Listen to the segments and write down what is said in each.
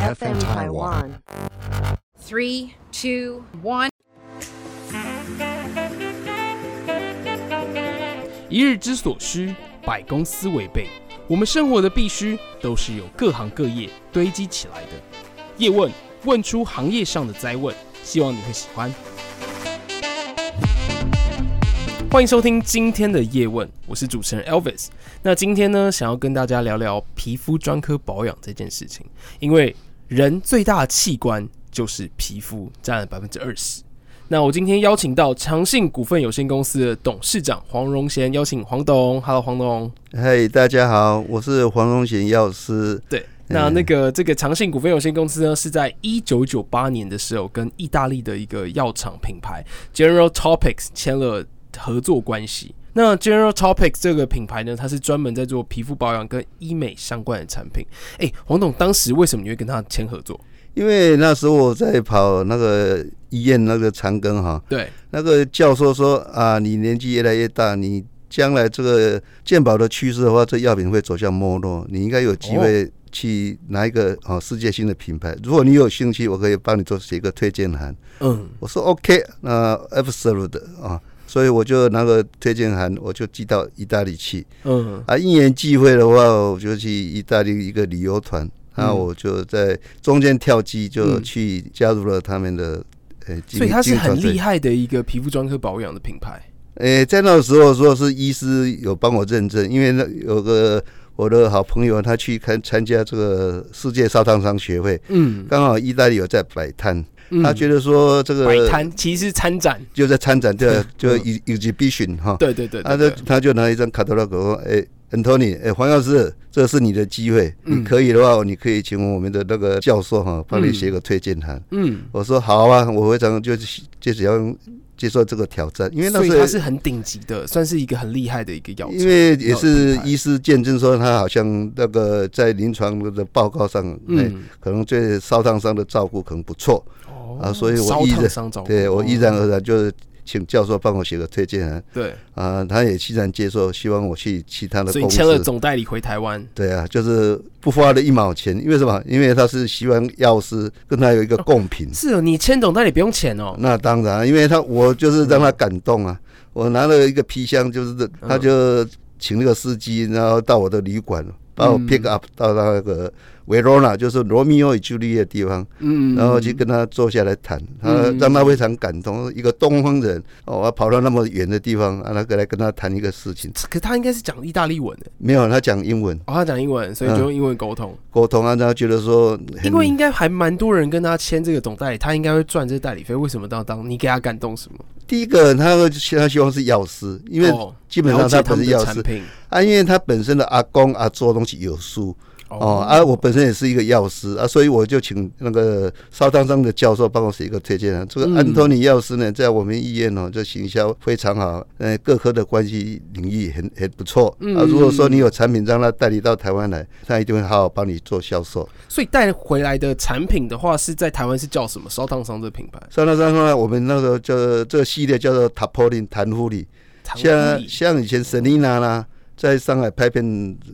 FM Taiwan. Three, two, one. 一日之所需，百公司为备。我们生活的必须，都是由各行各业堆积起来的。叶问问出行业上的灾问，希望你会喜欢。欢迎收听今天的叶问，我是主持人 Elvis。那今天呢，想要跟大家聊聊皮肤专科保养这件事情，因为人最大的器官就是皮肤，占了百分之二十。那我今天邀请到长信股份有限公司的董事长黄荣贤，邀请黄董。Hello，黄董。嗨，大家好，我是黄荣贤药师。对，那那个这个长信股份有限公司呢，是在一九九八年的时候跟意大利的一个药厂品牌 General Topics 签了合作关系。那 General Topics 这个品牌呢，它是专门在做皮肤保养跟医美相关的产品。哎、黄董，当时为什么你会跟他签合作？因为那时候我在跑那个医院那个长庚哈，对，那个教授说啊，你年纪越来越大，你将来这个健保的趋势的话，这药品会走向没落，你应该有机会去拿一个哦世界性的品牌。如果你有兴趣，我可以帮你做写一个推荐函。嗯，我说 OK，那 absolute 啊，所以我就拿个推荐函，我就寄到意大利去。嗯，啊，一年聚会的话，我就去意大利一个旅游团，嗯那我就在中间跳机，就去加入了他们的呃，所以它是很厉害。害的一个皮肤专科保养的品牌。呃，在那个时候说是医师有帮我认证，因为那有个我的好朋友，他去看参加这个世界烧烫伤学会，嗯，刚好意大利有在摆摊，嗯他觉得说这摆个摊其实是参展，就在参展， 就就嗯 e- exhibition 哈，对对对他对就对他就拿一张卡特拉狗说：“哎、安东尼，哎、黄药师，这是你的机会，嗯你可以的话，你可以请我们的那个教授哈，帮你写个推荐函。嗯，我说：“好啊，我非常就是就是要接受这个挑战，因为那所以它时是候很顶级的，算是一个很厉害的一个药厂。因为也药是品牌医师见证说，他好像那个在临床的报告上，嗯、嗯，可能对烧烫伤的照顾可能不错，哦啊所以我烧依烫然伤照顾对我哦毅然而然就请教授帮我写个推荐函对，啊、他也欣然接受，希望我去其他的所以公司。”签了总代理回台湾对啊，就是不花了一毛钱，因为什么？因为他是希望药师跟他有一个共频。是哦，你签总代理不用钱哦，那当然，啊因为他我就是让他感动啊，我拿了一个皮箱，就是嗯他就请那个司机，然后到我的旅馆把嗯我 pick up 到那个维罗纳，就是罗密欧与朱丽叶的地方，嗯，然后去跟他坐下来谈，他嗯让他非常感动。一个东方人哦，我跑到那么远的地方，啊，那个来跟他谈一个事情，可他应该是讲意大利文的，没有，他讲英文哦，他讲英文，所以就用英文沟通，沟通啊，他觉得说啊很因为应该还蛮多人跟他签这个总代理，他应该会赚这代理费，为什么当当你给他感动什么？第一个，他会希他希望是药师，因为哦基本上了解他他不们是的药产师品啊，因为他本身的阿公阿做东西有书哦啊，我本身也是一个药师啊，所以我就请那个烧烫伤的教授帮我写一个推荐函。这个嗯安东尼药师呢，在我们医院哦，这行销非常好，呃，各科的关系领域很很不错嗯啊。如果说你有产品让他代理到台湾来，他一定会好好帮你做销售。所以带回来的产品的话，是在台湾是叫什么？烧烫伤这个品牌，烧烫伤呢，我们那个叫这个系列叫做 Tapolin 弹护理。台湾像像以前 Selina 啦，在上海拍片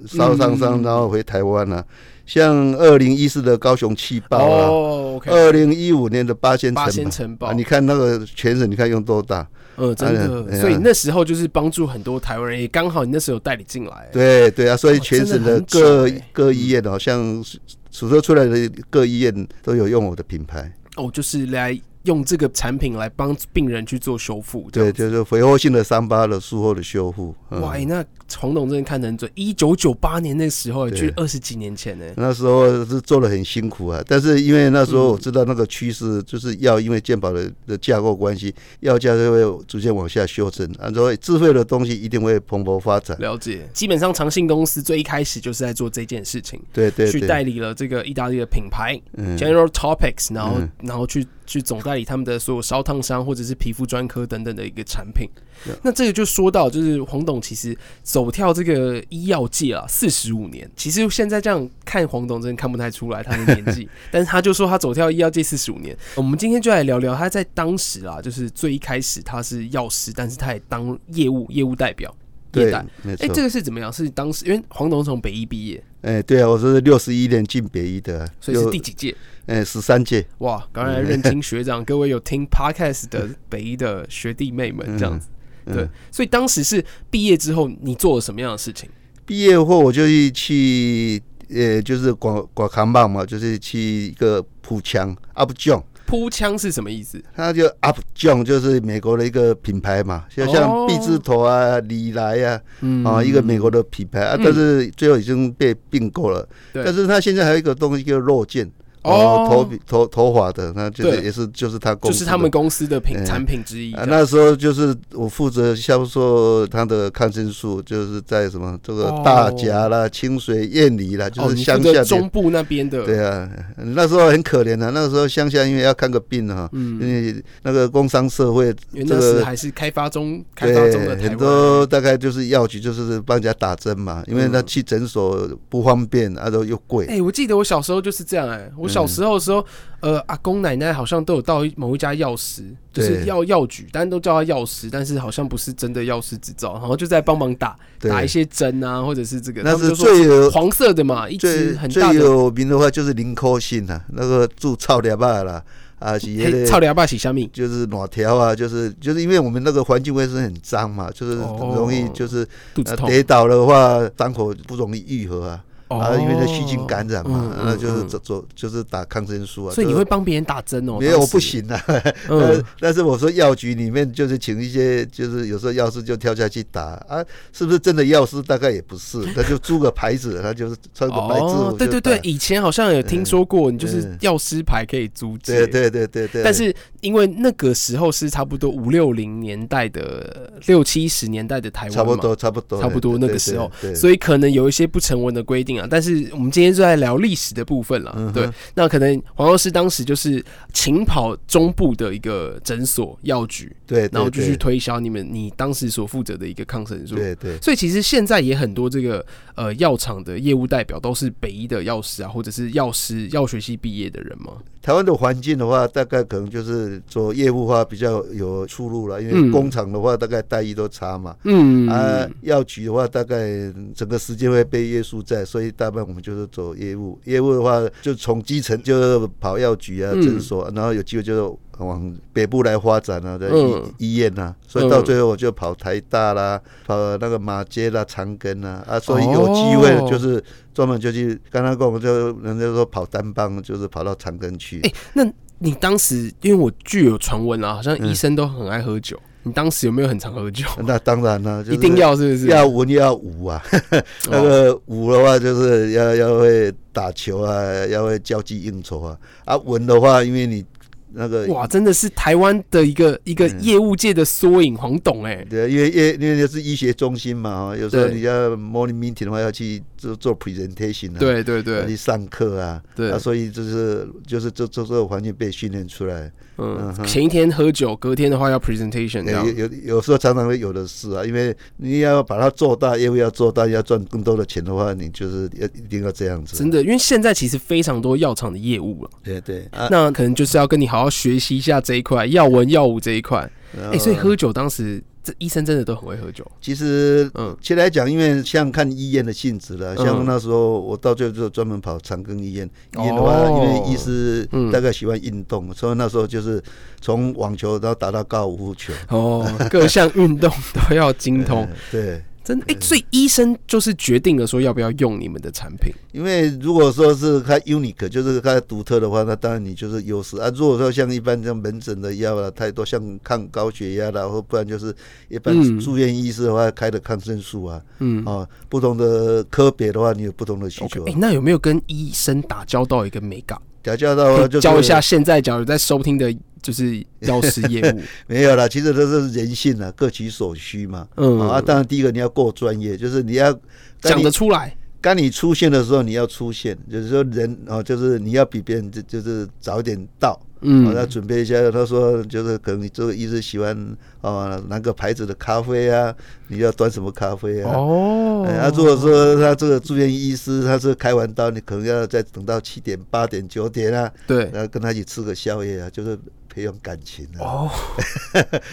烧嗯伤伤，然后回台湾啦、像二零一四的高雄气爆啦，哦，OK，二零一五年的八仙八仙城城堡，堡，啊，你看那个全省，你看用多大？呃，真哎的，呀所以那时候就是帮助很多台湾人，也刚好你那时候有代理进来，，对对啊，所以哇全省哎哦真的的很各准欸各医院哦，像数说出来的各医院都有用我的品牌，哦，就是来用这个产品来帮病人去做修复，这对，样子。就是肥厚性的伤疤的术后的修复。嗯哇，哎那红董真的看得很准，一九九八年那时候，对距二十几年前呢，那时候是做的很辛苦啊，但是因为那时候我知道那个趋势，就是要因为健保的的架构关系，药价就会逐渐往下修正，然后智慧的东西一定会蓬勃发展。了解。基本上长信公司最一开始就是在做这件事情，对对去代对，理了这个意大利的品牌，嗯 General Topics，然后、嗯然后去去总代理他们的所有烧烫伤或者是皮肤专科等等的一个产品。那这个就说到，就是黄董其实走跳这个医药界啊，四十五年。其实现在这样看黄董，真的看不太出来他的 年纪，但是他就说他走跳医药界四十五年。我们今天就来聊聊他在当时啊，就是最一开始他是药师，但是他也当业务业务代表。液对氮。，没哎、错这。个是怎么样？是当时因为黄董从北医毕业，哎，对啊，我说是六十一年进北医的啊，所以是就第几届？哎十三届，哇，刚才认清学长，各位有 听 podcast 的北医的学弟妹们这样子。对嗯，所以当时是毕业之后，你做了什么样的事情？毕业后我就去，呃，就是广广康棒嘛，就是去一个浦强 Up John，铺枪是什么意思？它就 Up John 就是美国的一个品牌嘛，像哦像必字头啊、李来啊，嗯啊，一个美国的品牌啊，嗯但是最后已经被并购了。对但是它现在还有一个东西叫肉件，哦头皮头头发的，那就是对也是就是他公就司是的，他们公司的品嗯产品之一这啊，样。那时候就是我负责销售它的抗生素，就是在什么这个哦大甲啦、清水、燕里啦，就哦是你乡负责下中的。部那边的，对啊，那时候很可怜的、啊那个时候乡下因为要看个病哈、因嗯，为那个工商社会因为这那时个还是开发中开对，发中的台很湾，多大概就是药局就是帮人家打针嘛，因为他去诊所不方便，啊，都又贵。嗯哎、我记得我小时候就是这样哎、嗯我小时候的时候，呃，阿公奶奶好像都有到某一家药师，就是对药药局，但都叫他药师，但是好像不是真的药师执照，然后就在帮忙打对打一些针啊，或者是这个，那他们是就说最有黄色的嘛，一最支很最大的有名的话就是林科信啊，那个住草寮坝啦，啊是那黑个操你阿爸洗虾米，就是暖条啊，就是就是因为我们那个环境卫生很脏嘛，就是哦容易就是肚呃子痛跌倒的话，伤口不容易愈合啊，啊，因为那细菌感染嘛哦嗯，嗯那就是嗯走走就是打抗生素啊。所以你这会个帮别人打针哦？没有当我时不，行啊，嗯呃，， 但是我说药局里面就是请一些，就是有时候药师就跳下去打啊，是不是真的药师？大概也不是，他就租个牌子，他就是穿个白制服、哦，对对对，，以前好像有听说过，你就是嗯药师牌可以租借，对对对对对。但是因为那个时候是差不多五六零年代的六七十年代的台湾嘛差不。多差不多差不多那个时候，所以以可能有一些不成文的规定啊，但是我们今天就在聊历史的部分了。嗯哼对，那可能黄药师当时就是勤跑中部的一个诊所药局，对，对然后就去推销你们你当时所负责的一个抗生素。对对所以其实现在也很多这个呃药厂的业务代表都是北医的药师啊，或者是药师药学系毕业的人嘛。台湾的环境的话，大概可能就是做业务的话比较有出入了，因嗯为工厂的话大概待遇都差嘛。嗯啊，药局的话，大概整个时间会被约束在，所以大半我们就是走业务。业务的话，就从基层就跑药局啊、嗯诊所，然后有机会就往北部来发展啊，在医、嗯医院啊，所以到最后我就跑台大啦，跑那个马街啦、长庚啦啊，所以有机会哦就是专门就去，刚刚跟我们就人家说跑单帮，就是跑到长庚去。哎、那你当时因为我据有传闻啊，好像嗯医生都很爱喝酒，你当时有没有很常喝酒？那当然了、嗯就是哎 一定要是不哦是？要文要武啊。那个武的话，就是要要会打球啊，要会交际应酬啊。啊，文的话，因为你那个哦哇，真的是台湾的一个一个嗯业务界的缩影，黄董哎、对，啊因为因为因为是医学中心嘛，哦，有时候对你要 morning meeting 的话，要去做做 presentation 啊，对对要去对上课啊，对啊，，所以就是就是这这这个环境被训练出来，嗯嗯，哼前一天喝酒，隔天的话要 presentation 这对样有。有有时候常常会有的事啊，因为你要把它做大，业务要做大，要赚更多的钱的话，你就是要一定要这样子，啊真的，因为现在其实非常多药厂的业务了，对对啊，那可能就是要跟你好好学习一下这一块药文药物这一块。哎、哎所以喝酒当时这医生真的都很会喝酒。其实 嗯，其实来讲，因为像看医院的性质了，嗯像那时候我到最后就专门跑长庚医院。医院的话，哦因为医师嗯大概喜欢运动，所以那时候就是从网球然后打到高尔夫球。哦，各项运动都要精通嗯，对，真的哎、所以医生就是决定了说要不要用你们的产品。因为如果说是它 unique，就是它独特的话，那当然你就是优势啊。如果说像一般像门诊的药啦太多，像抗高血压啦，或不然就是一般嗯住院医师的话开的抗生素啊，嗯啊，不同的科别的话，你有不同的需，OK，求啊哎、。那有没有跟医生打交道一个美感？调教到可话以呃就是教一下现在假如在收听的，就是药师业 务，没有啦，其实这是人性啊，各取所需嘛。嗯啊，当然第一个你要够专业，就是你要讲当得你出来。当你出现的时候，你要出现，就是说人哦，就是你要比别人就就是早一点到。嗯哦，要准备一下。他说，就是可能你这个一直喜欢哦，哪个牌子的咖啡啊？你要端什么咖啡啊？哦，哎，啊，如果说他这个住院医师，他是开完刀，你可能要再等到七点、八点、九点啊，对，然后跟他一起吃个宵夜啊，就是培养感情的、 哦，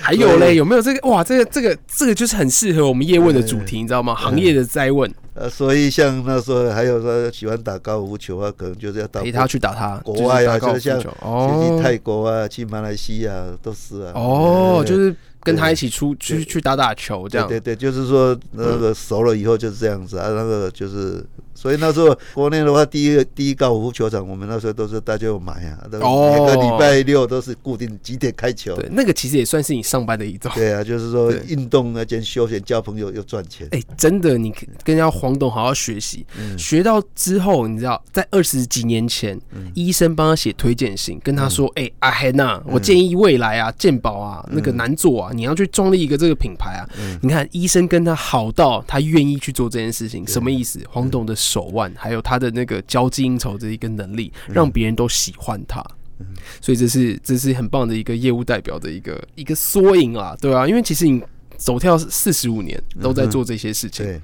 还有嘞，有没有这个？哇，这个这个这个就是很适合我们叶问的主哎题，你知道吗？行业的灾问，呃，所以像那时候还有说喜欢打高尔夫球啊，可能就是要到陪他去打他，国外啊，就就是是打像高尔夫球去哦泰国啊，去马来西亚都是啊。哦，对就是跟他一起出去去打打球这样。对对对，就是说那个熟了以后就是这样子啊，那个就是，所以那时候国内的话，第一个第一高尔夫球场，我们那时候都是大家有买啊，都哦每个礼拜六都是固定几点开球。对，那个其实也算是你上班的一种。对啊，就是说对运动啊兼休闲，交朋友又赚钱。 哎、真的，你跟跟要黄董好好学习，学到之后，你知道，在二十几年前，医生帮他写推荐信，跟他说：“哎、阿黑呐，我建议未来啊，健保啊，那个难做啊，你要去创立一个这个品牌啊。你看，医生跟他好到他愿意去做这件事情，什么意思？黄董的手腕，还有他的那个交际应酬的一个能力，让别人都喜欢他。所以这是这是很棒的一个业务代表的一个一个缩影啊，对啊，因为其实你走跳四十五年都在做这些事情。嗯对，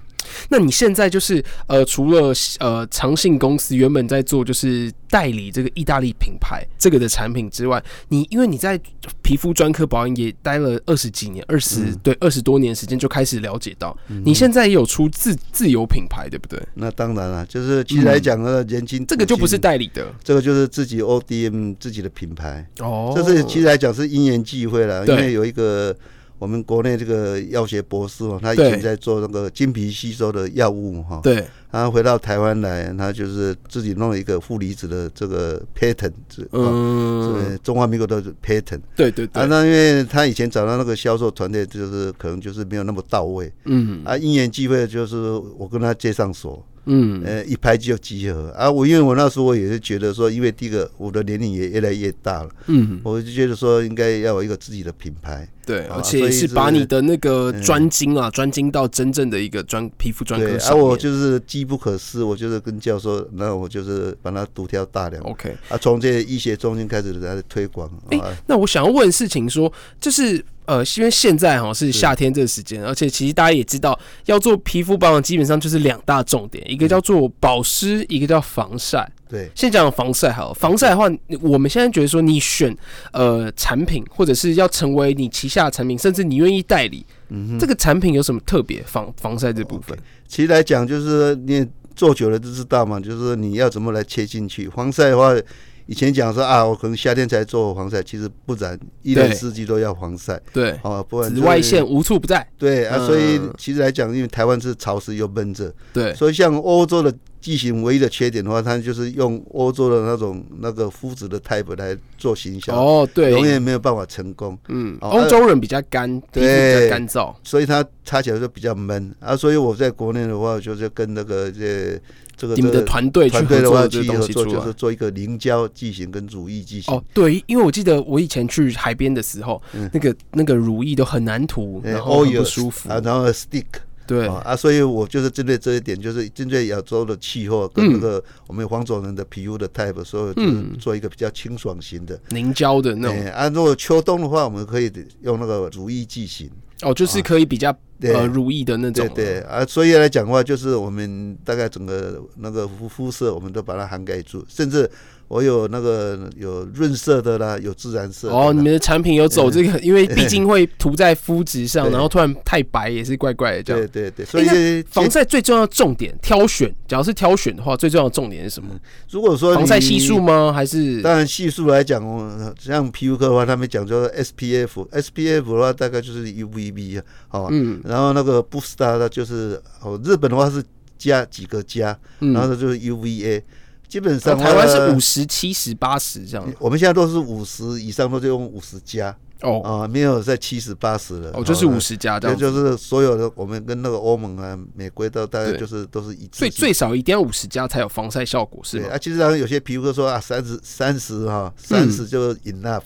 那你现在就是呃，除了呃长信公司原本在做就是代理这个意大利品牌这个的产品之外，你因为你在皮肤专科保养也待了二十几年，二十、嗯对二十多年时间就开始了解到，你现在也有出自自有品牌，对不对？那当然了、就是其实来讲呢，年轻嗯这个就不是，代理的这个就是自己 ODM 自己的品牌。哦这是其实来讲是因缘际会了，对因为有一个我们国内这个药学博士哦，他以对前在做那个经皮吸收的药物哈，对他回到台湾来，他就是自己弄了一个负离子的这个 patent，这哦嗯，是中华民国的 patent 对对啊，对，那因为他以前找到那个销售团队，就是可能就是没有那么到位嗯啊，因缘际会就是我跟他接上手，嗯，呃，一拍就集合啊。我因为我那时候我也是觉得说，因为第一个我的年龄也越来越大了，嗯，我就觉得说应该要有一个自己的品牌，对，啊所而且以是是嗯把你的那个专精啊，专精到真正的一个专皮肤专对科，啊，上面。我就是机不可失，我就是跟教授，那我就是把它独挑大梁 OK。啊，从这医学中心开始来推广哦诶啊，那我想要问的事情说，就是呃，因为现在哈是夏天这个时间，而且其实大家也知道，要做皮肤保养基本上就是两大重点，嗯一个叫做保湿，一个叫防晒。对，先讲防晒好了，防晒的话，你我们现在觉得说，你选呃产品，或者是要成为你旗下的产品，甚至你愿意代理，嗯这个产品有什么特别防防晒这部分？其实来讲就是你也做久了就知道嘛，就是你要怎么来切进去。防晒的话，以前讲说啊，我可能夏天才做防晒，其实不然，一年对四季都要防晒对，啊，不然紫就是外线无处不在。对啊，所以嗯其实来讲，因为台湾是潮湿又闷热，对，所以像欧洲的地形唯一的缺点的话，它就是用欧洲的那种那个肤质的 type 来做行销，哦，对，永远没有办法成功，嗯，哦欧洲人比较干，皮肤比较对干燥。所以它擦起来就比较闷啊。所以我在国内的话，就是跟那个这这个你们的这个团队去团合队的作话这去东合西作，出就来是。做一个凝胶剂型跟乳液剂型。哦，对，因为我记得我以前去海边的时候，嗯那个那个乳液都很难涂，呃然后很 oil 不舒服。啊，然后 stick 对，啊啊，所以我就是针对这一点，就是针对亚洲的气候跟那嗯个我们黄种人的皮肤的 type，所以就是做一个比较清爽型的。凝胶嗯的那种，哎，啊，如果秋冬的话，我们可以用那个如意剂型。哦，就是可以比较对呃乳液的那种对了。对啊，所以来讲的话，就是我们大概整个那个肤肤色，我们都把它涵盖住，甚至我有那个有润色的啦，有自然色的啦。哦，你们的产品有走这个，因为毕竟会涂在肤质上，嗯对然后突然太白也是怪怪的这对样。对对，所以诶那防其实晒最重要的重点挑选，只要是挑选的话，最重要的重点是什么？如果说防晒你系数，吗？还嗯是当然系数来讲，哦像皮肤科的话，他们讲叫 SPF，SPF 的话大概就是 UVB 啊，哦，嗯然后那个 Booster 呢就是哦，日本的话是加几个加，嗯，然后就是 UVA，基本那上哦台湾是呃五十七十八十这样。我们现在都是五十以上，都是用五十加哦啊，没有在七十八十了。哦，就是好五，十加这这样子。就是所有的我们跟那个欧盟啊、美国都大概对就是都是一致性。所以最少一定要五十加才有防晒效果，是对吗？啊，其实当然有些皮肤科说啊，三十三十哈，三嗯十就 enough，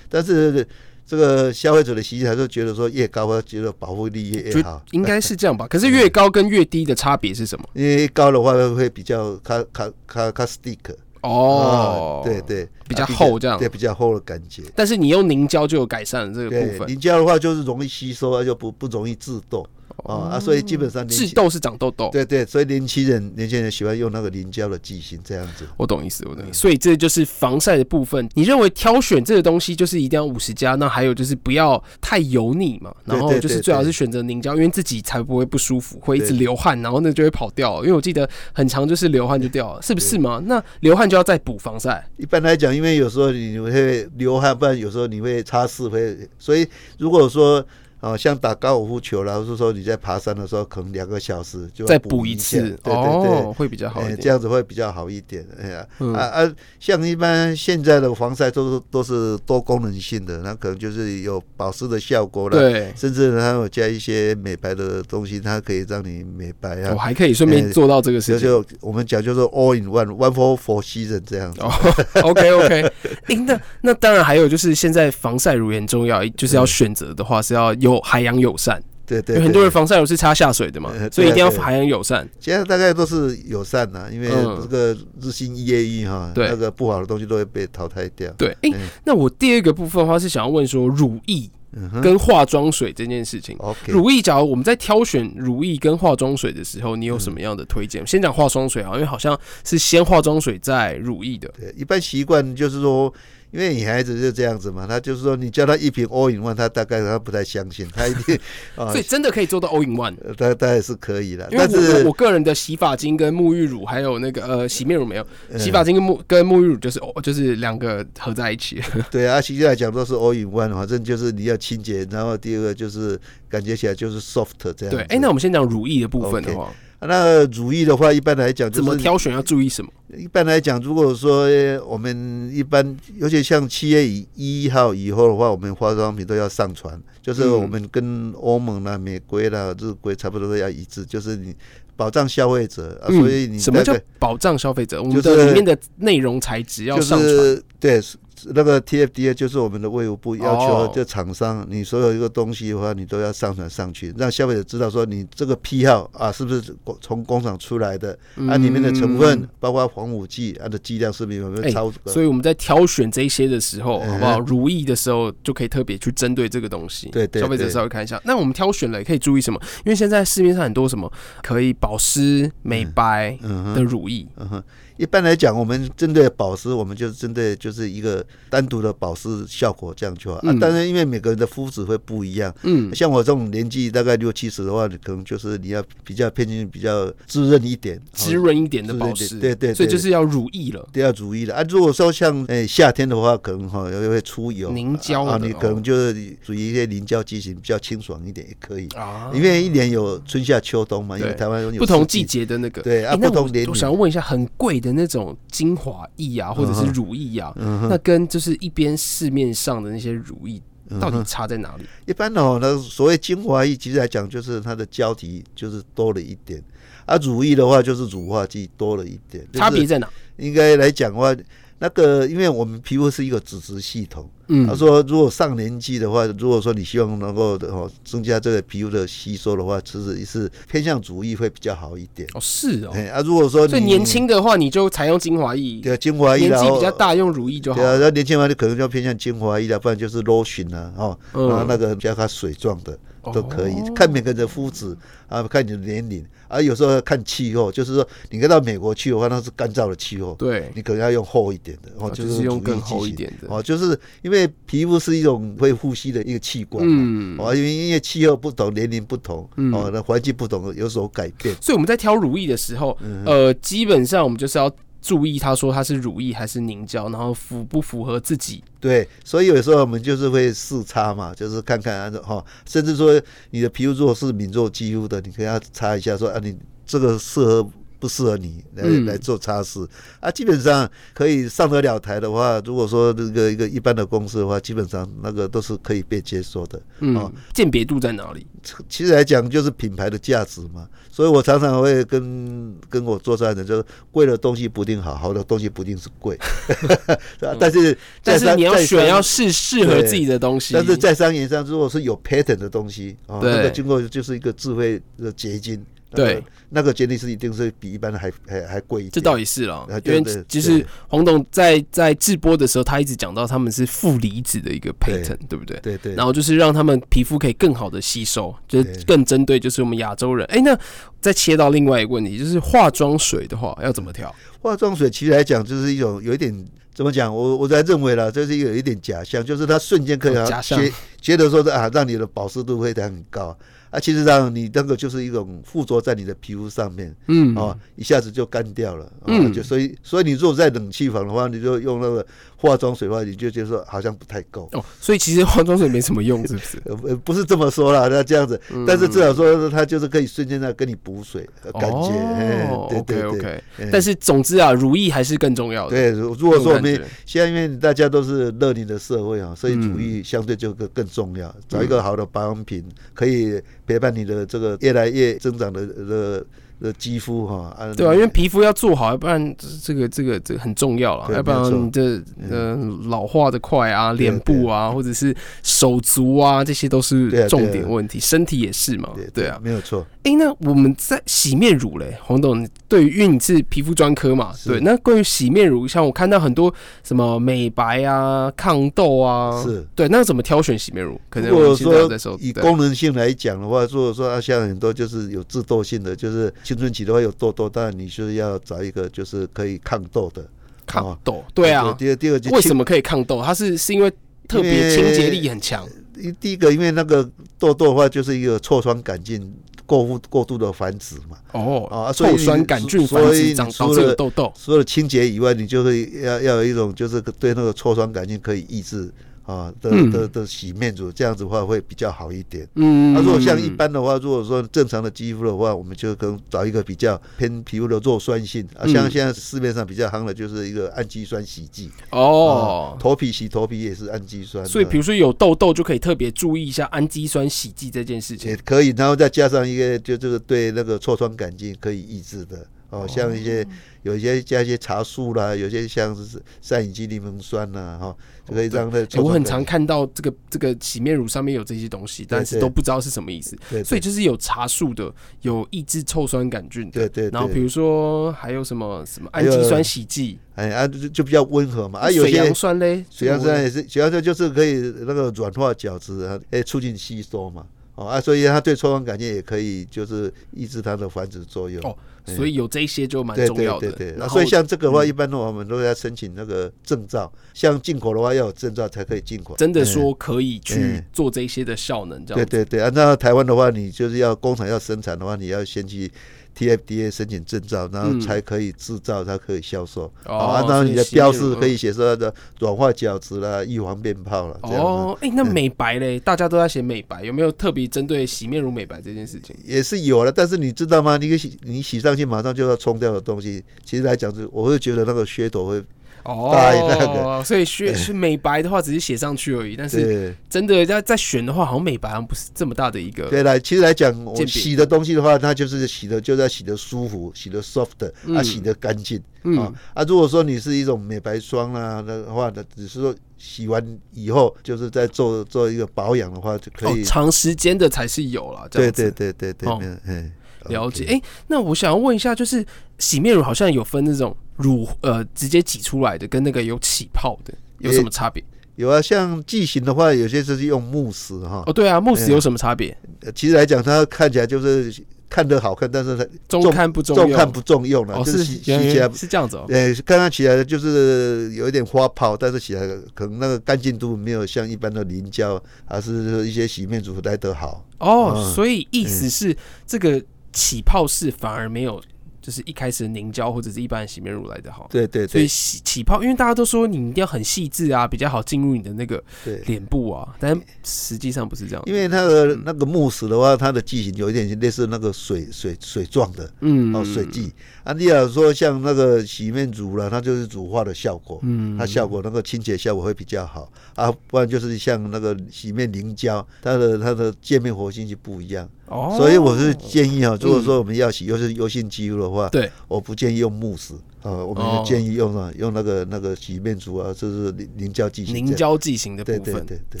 但是这个消费者的习性还是觉得说越高，他觉得保护力越就越好。应该是这样吧。可是越高跟越低的差别是什么？因为高的话会比较卡卡卡卡 stick 哦啊，对，对，比较啊厚这样对，比较厚的感觉。但是你用凝胶就有改善了这个部对，分凝胶的话就是容易吸收，啊，就不不容易致痘。哦啊，所以基本上年治轻痘是长痘痘。对对，所以年轻人年轻人喜欢用那个凝胶的剂型这样子。我懂意思，我懂意思。所以这就是防晒的部分。你认为挑选这个东西就是一定要五十加，那还有就是不要太油腻嘛，对然后就是最好对是对选择凝胶，因为自己才不会不舒服，会一直对流汗，然后那就会跑掉。因为我记得很长就是流汗就掉了，是不是嘛？那流汗就要再补防晒，一般来讲，因为有时候你会流汗，不然有时候你会擦拭会，所以如果说。哦，像打高尔夫球啦，或是说你在爬山的时候，可能两个小时就要再补补一下次，对对对，哦，会比较好哎这一点。样子会比较好一点。哎呀，嗯啊啊，像一般现在的防晒都是都是多功能性的，那可能就是有保湿的效果啦，对，甚至呢还有加一些美白的东西，它可以让你美白我啊。还可以顺便哎做到这个就事情。就我们讲就是 all in one one for for season 这样子。哦 ，OK OK，您的那当然还有就是现在防晒乳也很重要，就是要选择的话是要有海洋友善。对对有对，很多人防晒油是擦下水的嘛呃对，啊所以一定要对啊海洋友善。现在大概都是友善啦，因为嗯这个日新月异哈，对那个不好的东西都会被淘汰掉。对，诶，嗯那我第二个部分的话是想要问说乳液嗯哼跟化妆水这件事情。 ，OK，乳液，假如我们在挑选乳液跟化妆水的时候，你有什么样的推荐？先讲化妆水啊，因为好像是先化妆水再乳液的。对，一般习惯就是说，因为女孩子就这样子嘛，她就是说你叫她一瓶 all in one，她大概她不太相信，她一 定啊所，以真的可以做到 all in one，呃她她也是可以的，因为但我我是我个人的洗发精跟沐浴乳，还有那个呃洗面乳没有，嗯洗发精跟沐跟沐浴乳就是哦就是两个合在一起。对啊，其实来讲都是 all in one，反正就是你要清洁，然后第二个就是感觉起来就是 soft 这样对，哎子。诶，那我们先讲乳液的部分的 OK 话，啊那乳液的话，一般来讲就怎么是挑选要注意什么？一般来讲，如果说呃我们一般，尤其像七月以一号以后的话，我们化妆品都要上传，就是嗯我们跟欧盟啦、美国啦、日规差不多都要一致，就是你保障消费者啊，嗯所以你什那么个叫保障消费者？我们就是的里面的内容材质要就上传，是对那个 TFDA 就是我们的卫务部要哦求，就厂商你所有一个东西的话，你都要上传上去，让消费者知道说你这个批号啊是不是工从工厂出来的，啊里面的成分嗯。包括防腐剂啊它的剂量是不是有没哎有超过所。以我们在挑选这一些的时候，嗯好不好？如意的时候就可以特别去针对这个东西，对对消费者对稍微看一下。那我们挑选了，也可以注意什么？因为现在市面上很多什么可以保湿、美白嗯哼的乳液，嗯哼，一般来讲，我们针对保湿，我们就是针对就是一个单独的保湿效果这样就好。啊嗯，当然，因为每个人的肤质会不一样。嗯，像我这种年纪大概六七十的话，你可能就是你要比较偏向比较滋润一点，滋哦润一点的滋润保一点湿，对对对所以就是要乳液了。都要注意了啊。如果说像诶、夏天的话，可能哈、又会出油，凝胶啊，的你哦可能就是属于一些凝胶机型比较清爽一点也可以，啊因为一年有春夏秋冬嘛，因为对台湾有不同四季节的那个对啊诶那不同我年龄我想要问一下，很贵的那种精华液啊，或者嗯是乳液啊，那跟就是一边市面上的那些乳液嗯到底差在哪里？一般哦，那所谓精华液，其实来讲就是它的胶体就是多了一点，啊，乳液的话就是乳化剂多了一点，就是差别在哪？应该来讲的话，那个因为我们皮肤是一个脂质系统，嗯他说如果上年纪的话，如果说你希望能够哦增加这个皮肤的吸收的话，其实是偏向乳液会比较好一点。哦，是哦，哎、啊，如果说所以你年轻的话，你就采用精华液；对啊精华液年啦纪比较哦大，用乳液就好对。啊，那年轻人就可能就偏向精华液啦，不然就是 lotion 啊，哦，嗯然后那个加它水状的哦都可以，看每个人的肤质啊，看你的年龄啊，有时候看气候，就是说你跟到美国去的话，那是干燥的气候，对，你可能要用厚一点的，哦，啊就就是用乳液更剂厚一型点的哦，就是因为皮肤是一种会呼吸的一个器官，嗯，哦，因为因为气候不同，年龄不同，哦，那环境不同，有所改变。所以我们在挑乳液的时候，嗯呃，基本上我们就是要注意，他说它是乳液还是凝胶，然后符不符合自己。对，所以有时候我们就是会视擦嘛，就是看看啊哈、甚至说你的皮肤如果是敏弱肌肤的，你可以要擦一下说啊，你这个适合不适合你来、嗯来做擦拭啊。基本上可以上得了台的话，如果说这个一个一般的公司的话，基本上那个都是可以被接受的。嗯哦，鉴别度在哪里？其实来讲就是品牌的价值嘛，所以我常常会跟跟我做商的人说，贵的东西不一定好，好的东西不一定是 贵， 是吧但是嗯但是在你要在选要是适合对自己的东西。但是在商言商，如果是有 patent 的东西，哦，对那个经过就是一个智慧的结晶，对，那个杰尼斯一定是比一般的还还还贵一点。这倒也是了，啊因对为对其实黄董在在直播的时候，他一直讲到他们是负离子的一个 patent，对不对？对对，然后就是让他们皮肤可以更好的吸收，就是对更针对就是我们亚洲人。哎，那再切到另外一个问题，就是化妆水的话要怎么调？化妆水其实来讲就是一种有一点怎么讲，我我在认为啦，就是有一点假象，就是它瞬间可以哦让假象觉觉得说是啊，让你的保湿度会很高啊，其实让你那个就是一种附着在你的皮肤上面。嗯，哦，一下子就干掉了，哦、嗯就所以所以你如果在冷气房的话，你就用那个化妆水的话，你就觉得说好像不太够，哦，所以其实化妆水没什么用，是不是？呃呃不是这么说啦，那这样子，嗯但是至少说它就是可以瞬间的跟你补水，呃 感觉，哎哦对对对，OK OK。哎但是总之啊，如意还是更重要的。对，如如果说我这们种感觉现在因为大家都是乐龄的社会啊，所以主嗯义相对就更更重要。找一个好的保养品，可以陪伴你的这个越来越增长的的的肌肤哈。啊对啊，因为皮肤要做好，要不然这这个这个这个很重要了，对要不然没有错嗯你这呃老化的快啊，对脸部啊，或者是手足啊，这些都对是啊重点问题，身体也是嘛，对啊。没有错。诶，那我们在洗面乳嘞，黄董，你对于因为你是皮肤专科嘛，是对，那关于洗面乳，像我看到很多什么美白啊、抗痘啊，是对，那怎么挑选洗面乳？可能如我果们现在说在说以对功能性来讲的话，如果说啊，像很多就是有致痘性的，就是青春期的话有痘痘，当然你就是要找一个就是可以抗痘的。抗哦痘，对啊，第二第二就为清什么可以抗痘？它是是因为特别清洁力很强。一第一个，因为那个痘痘的话，就是一个痤疮杆菌过度过度的繁殖嘛。哦，啊所以臭你酸杆菌繁所以殖你长除导致有了痘痘。除了清洁以外，你就会要要有一种就是对那个痤疮杆菌可以抑制啊的嗯的的洗面乳，这样子的话会比较好一点。嗯那、啊如果像一般的话，如果说正常的肌肤的话，我们就可能找一个比较偏皮肤的弱酸性啊，像嗯现在市面上比较夯的就是一个氨基酸洗剂哦啊，头皮洗头皮也是氨基酸，所以比如如说有痘痘就可以特别注意一下氨基酸洗剂这件事也情。可以，然后再加上一个就这个对那个痤疮杆菌可以抑制的。哦，像一些有一些加一些茶树啦，有些像是善乙基柠檬酸呐，哈、就可以让那个痤欸我疮很杆常看到这个这个洗面乳上面有这些东西，但是对都不知道是什么意思。对对所以就是有茶树的，有抑制臭酸杆菌的，对对对然后比如说还有什么什么氨还有基酸洗剂，哎啊就就比较温和嘛啊，有水些杨酸嘞，水杨酸也哎是，水杨酸就是可以那个软化角质啊，哎，促进吸收嘛。哦啊，所以它对痤疮杆菌也可以就是抑制它的繁殖作用。哦，所以有这些就蛮对重对要的对。对，然啊后所以像这个的话，嗯一般的话我们都要申请那个证照，像进口的话要有证照才可以进口。真的嗯说可以去嗯做这些的效能，这样对子对对，按照台湾的话，你就是要工厂要生产的话，你要先去 TFDA 申请证照，然后嗯才可以制造，才可以销售。哦啊按照所以你的吸引标人示嗯可以写说的软化角质啦、预防变泡啦，这样子。嗯哦，哎、那美白嘞？大家都在写美白，有没有特别针对洗面乳美白这件事情？也是有了，但是你知道吗？你洗你洗上去马上就要冲掉的东西，其实来讲是，我会觉得那个噱头会大一那哦，个嗯所以学是美白的话，只是写上去而已，但是对真的在在选的话，好像美白好像不是这么大的一个。对来，其实来讲，鉴别我洗的东西的话，它就是洗的，就是要洗的舒服，洗的 soft，啊，洗的干净啊嗯，啊。如果说你是一种美白霜啊的话，那只是说洗完以后，就是在做做一个保养的话，就可哦，以。长时间的才是有了，这对样子对对对对哦，嗯嗯，了解。 OK 哎、那我想要问一下，就是洗面乳好像有分那种乳呃直接挤出来的，跟那个有起泡的有什么差别？有啊，像剂型的话，有些就是用慕斯哈，哦，对啊，慕哎斯有什么差别？呃其实来讲，它看起来就是看得好看，但是它中看不中重用看不重用了，哦，就是是洗洗原起来原，是这样子哦。呃，看它起来就是有一点花泡，但是起来可能那个干净度没有像一般的凝胶还是一些洗面乳来得好。哦，嗯所以意思是这个起泡式反而没有，就是一开始的凝胶或者是一般的洗面乳来的好。对对哦所以对起起泡，因为大家都说你一定要很细致啊，比较好进入你的那个对，脸部啊，但实际上不是这样的。因为那个那个慕斯的话，它的剂型有一点类似那个水水水状的。嗯，哦，水剂。啊，你要说像那个洗面乳啦，它就是乳化的效果，嗯，它效果那个清洁效果会比较好啊，不然就是像那个洗面凝胶，它的它的界面活性就不一样哦，嗯所以我是建议啊，如果说我们要洗，尤其是油性肌肤的话，对，我不建议用慕斯啊，我哦们建议用啊，用那个那个洗面乳啊，就是凝凝胶剂型这样。凝胶剂型的部对分，对对对，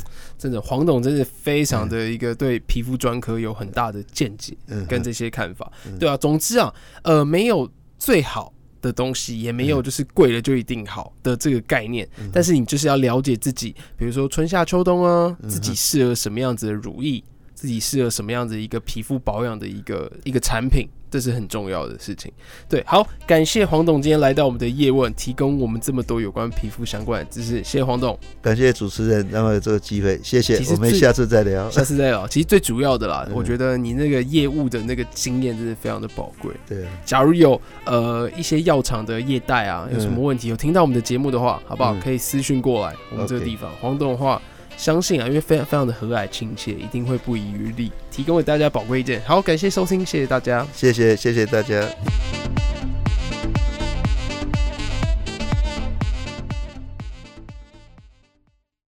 真的黄董真是非常的一个对皮肤专科有很大的见解嗯，跟这些看法，对啊，总之啊，呃，没有最好。的东西也没有，嗯就是贵了就一定好的这个概念，但是你就是要了解自己，比如说春夏秋冬啊，嗯自己适合什么样子的乳液，自己适合什么样子一个皮肤保养的一个一个产品，这是很重要的事情。对，好，感谢黄董今天来到我们的叶问，提供我们这么多有关皮肤相关的知识，谢谢黄董。感谢主持人让我有这个机会，谢谢其，实我们最下次再聊。下次再聊。其实最主要的啦，嗯我觉得你那个业务的那个经验真是非常的宝贵。对啊，假如有呃一些药厂的业代啊，有什么嗯问题，有听到我们的节目的话，好不好？嗯可以私讯过来我们这个 OK 地方。黄董的话，相信啊，因为非常非常的和蔼亲切，一定会不遗余力提供给大家宝贵意见。好，感谢收听，谢谢大家。谢谢谢谢大家。